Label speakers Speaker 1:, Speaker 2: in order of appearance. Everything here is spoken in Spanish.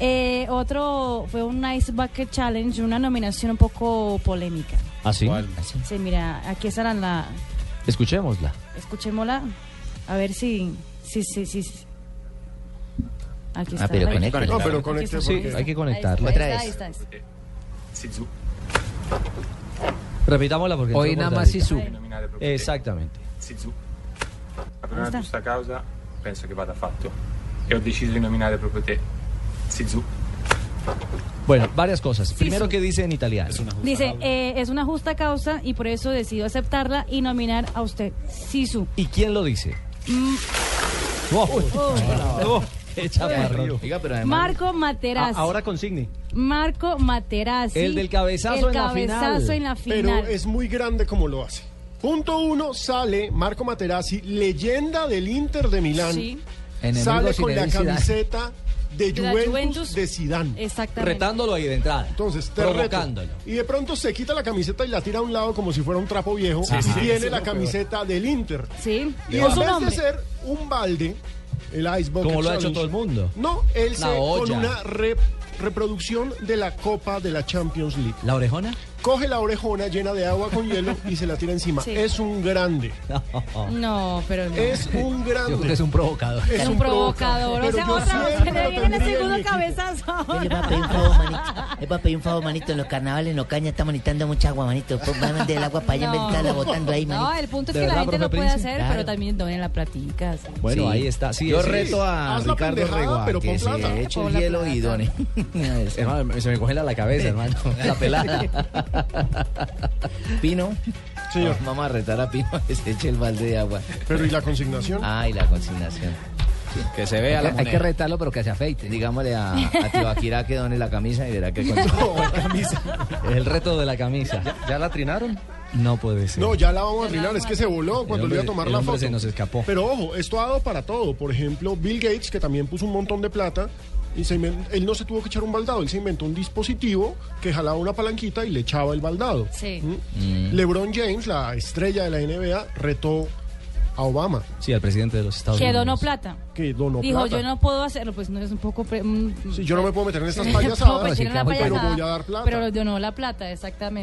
Speaker 1: Eh, otro fue un Ice Bucket Challenge, una nominación un poco polémica.
Speaker 2: ¿Ah, ¿Así?
Speaker 3: ¿Cuál?
Speaker 1: Sí, mira, aquí estarán la.
Speaker 2: Escuchémosla.
Speaker 1: Escuchémosla. A ver si. Sí, sí, sí. Aquí
Speaker 4: Ah,
Speaker 1: está.
Speaker 4: pero
Speaker 1: Ahí está.
Speaker 4: conéctela.
Speaker 3: No, pero
Speaker 1: Aquí
Speaker 5: este
Speaker 3: conecte
Speaker 1: está.
Speaker 3: porque-
Speaker 2: Sí, hay que
Speaker 1: Ahí
Speaker 2: conectarla.
Speaker 1: está,
Speaker 4: Otra vez.
Speaker 1: ahí está, ahí está.
Speaker 6: Sisu,
Speaker 2: Repitámosla porque
Speaker 4: Hoy
Speaker 2: entró
Speaker 4: nada más
Speaker 2: cortadita.
Speaker 4: Sisu.
Speaker 6: nominare proprio te.
Speaker 2: Exactamente.
Speaker 6: Sisu. Eh, Ma per una
Speaker 1: Basta.
Speaker 6: giusta causa penso che vada fatto. E ho deciso di nominare proprio te. Sisu.
Speaker 2: Bueno, varias cosas. Primero, ¿qué dice en italiano?
Speaker 1: Dice, eh, es una justa causa y por eso decido aceptarla y nominar a usted, Sisu.
Speaker 2: ¿Y quién lo dice? ¡Wow! ¡Oh! ¡Qué chaparrón! Ah,
Speaker 4: Oiga, pero además.
Speaker 1: Marco Materazzi.
Speaker 5: ahora consigne.
Speaker 1: Marco Materazzi.
Speaker 2: El del cabezazo
Speaker 1: El
Speaker 2: en la final.
Speaker 1: cabezazo en la
Speaker 5: Pero
Speaker 1: final.
Speaker 5: es muy grande como lo hace. Punto uno, sale Marco Materazzi, leyenda del Inter de Milán.
Speaker 1: Sí.
Speaker 4: Enemigo
Speaker 5: Sale
Speaker 4: sin
Speaker 5: con la
Speaker 4: Edith Zidane.
Speaker 5: camiseta de
Speaker 1: De la
Speaker 5: Juventus,
Speaker 1: Juventus.
Speaker 5: de Zidane.
Speaker 1: Exactamente.
Speaker 2: Retándolo ahí de entrada.
Speaker 5: Entonces, te reto.
Speaker 2: provocándolo.
Speaker 5: Y de pronto se quita la camiseta y la tira a un lado como si fuera un trapo viejo. y tiene la camiseta del Inter.
Speaker 1: Sí.
Speaker 5: Y
Speaker 1: Con
Speaker 5: en
Speaker 1: su
Speaker 5: vez de
Speaker 1: nombre.
Speaker 5: ser un balde, el Ice Bucket
Speaker 2: Como lo ha hecho
Speaker 5: Challenge,
Speaker 2: todo el mundo.
Speaker 5: No, él se
Speaker 2: La
Speaker 5: con
Speaker 2: olla.
Speaker 5: una rep- reproducción de la Copa de la Champions League.
Speaker 2: ¿La orejona?
Speaker 5: Coge la orejona llena de agua con hielo y se la tira encima.
Speaker 1: Sí.
Speaker 5: Es un grande.
Speaker 1: No, pero no.
Speaker 5: Es un
Speaker 4: Yo creo que
Speaker 5: grande.
Speaker 4: es un provocador.
Speaker 1: Es un provocador. O sea,
Speaker 5: Pero yo
Speaker 1: otra
Speaker 5: siempre
Speaker 1: vez le
Speaker 5: lo
Speaker 1: viene el
Speaker 5: tendría en mi
Speaker 1: segundo
Speaker 5: equipo.
Speaker 1: cabezazo.
Speaker 7: Le va a pedir un favor, manito. Le va a pedir un favor, manito. En los carnavales, en Ocaña, estamos necesitando mucha agua, manito.
Speaker 4: Pues,
Speaker 7: Pon- Mande el agua para allá en vez de estarla botando ahí,
Speaker 1: No,
Speaker 7: manito.
Speaker 1: el punto es
Speaker 2: ¿De
Speaker 1: que la
Speaker 2: verdad,
Speaker 1: gente lo
Speaker 2: profe
Speaker 1: puede
Speaker 2: Prince?
Speaker 1: hacer,
Speaker 7: Claro.
Speaker 1: pero también donen la platica. sí.
Speaker 2: Bueno,
Speaker 4: Sí.
Speaker 2: ahí está. Sí,
Speaker 4: Yo
Speaker 2: es-
Speaker 4: reto a
Speaker 5: Haz la
Speaker 4: Ricardo
Speaker 5: pendejada,
Speaker 4: Regua
Speaker 5: pero
Speaker 4: que
Speaker 5: pon
Speaker 4: se
Speaker 5: plata.
Speaker 4: eche
Speaker 1: Pon
Speaker 4: el
Speaker 1: la
Speaker 4: hielo y
Speaker 1: plata.
Speaker 4: done. Eso.
Speaker 2: Hermano, me- se me congela la cabeza, hermano. La pelada.
Speaker 4: Pino.
Speaker 5: Señor.
Speaker 4: Vamos a retar a Pino que se eche el balde de agua.
Speaker 5: Pero ¿y la consignación?
Speaker 4: Ay, la consignación.
Speaker 3: Que se vea
Speaker 4: hay,
Speaker 3: la
Speaker 4: que, hay que
Speaker 3: moneda.
Speaker 4: retarlo, pero que se afeite. Digámosle a, a Tío Akira que done la camisa y verá que consigue.
Speaker 2: El reto de la camisa.
Speaker 3: ¿Ya la trinaron?
Speaker 2: No puede ser.
Speaker 5: No, ya la vamos a arruinar. Es que se voló cuando
Speaker 2: hombre-
Speaker 5: le iba a tomar
Speaker 2: el
Speaker 5: la
Speaker 2: hombre
Speaker 5: foto.
Speaker 2: se nos escapó.
Speaker 5: Pero ojo, esto ha dado para todo. Por ejemplo, Bill Gates, que también puso un montón de plata. Y se inven- él no se tuvo que echar un baldado, él se inventó un dispositivo que jalaba una palanquita y le echaba el baldado.
Speaker 1: Sí.
Speaker 5: ¿Mm? LeBron James, la estrella de la NBA, retó a Obama,
Speaker 2: Sí, al presidente de los Estados
Speaker 1: Que
Speaker 2: Unidos.
Speaker 1: donó plata.
Speaker 5: que pues. donó
Speaker 1: Dijo,
Speaker 5: plata.
Speaker 1: yo no puedo hacerlo, pues no es un poco... pre- un-
Speaker 5: Sí, yo no me puedo meter en estas
Speaker 1: No me puedo
Speaker 5: payasadas,
Speaker 1: meter en la
Speaker 5: pero
Speaker 1: payasada,
Speaker 5: voy a dar plata.
Speaker 1: Pero donó la plata, exactamente.